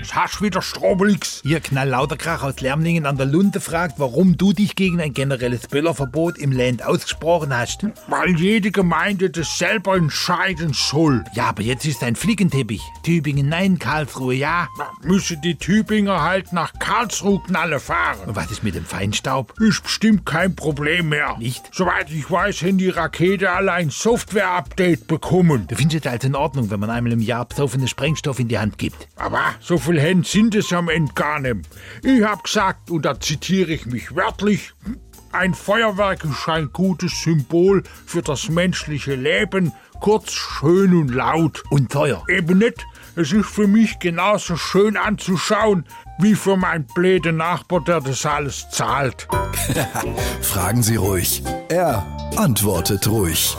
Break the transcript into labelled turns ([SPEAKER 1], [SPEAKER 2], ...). [SPEAKER 1] Das hast wieder Strobelix.
[SPEAKER 2] Ihr Knalllauterkrach aus Lärmlingen an der Lunte fragt, warum du dich gegen ein generelles Böllerverbot im Land ausgesprochen hast.
[SPEAKER 1] Weil jede Gemeinde das selber entscheiden soll.
[SPEAKER 2] Ja, aber jetzt ist ein Flickenteppich. Tübingen nein, Karlsruhe ja.
[SPEAKER 1] Da müssen die Tübinger halt nach Karlsruhe knalle fahren.
[SPEAKER 2] Und was ist mit dem Feinstaub?
[SPEAKER 1] Ist bestimmt kein Problem mehr.
[SPEAKER 2] Nicht?
[SPEAKER 1] Soweit ich weiß, haben die Rakete alle ein Software-Update bekommen.
[SPEAKER 2] Du findest es als in Ordnung, wenn man einmal im Jahr psoffene Sprengstoff in die Hand gibt.
[SPEAKER 1] Aber so viel Hände sind es am Ende gar nicht. Ich hab gesagt, und da zitiere ich mich wörtlich, ein Feuerwerk ist ein gutes Symbol für das menschliche Leben, kurz, schön und laut.
[SPEAKER 2] Und teuer.
[SPEAKER 1] Eben nicht, es ist für mich genauso schön anzuschauen, wie für meinen bläden Nachbar, der das alles zahlt.
[SPEAKER 3] Fragen Sie ruhig. Er antwortet ruhig.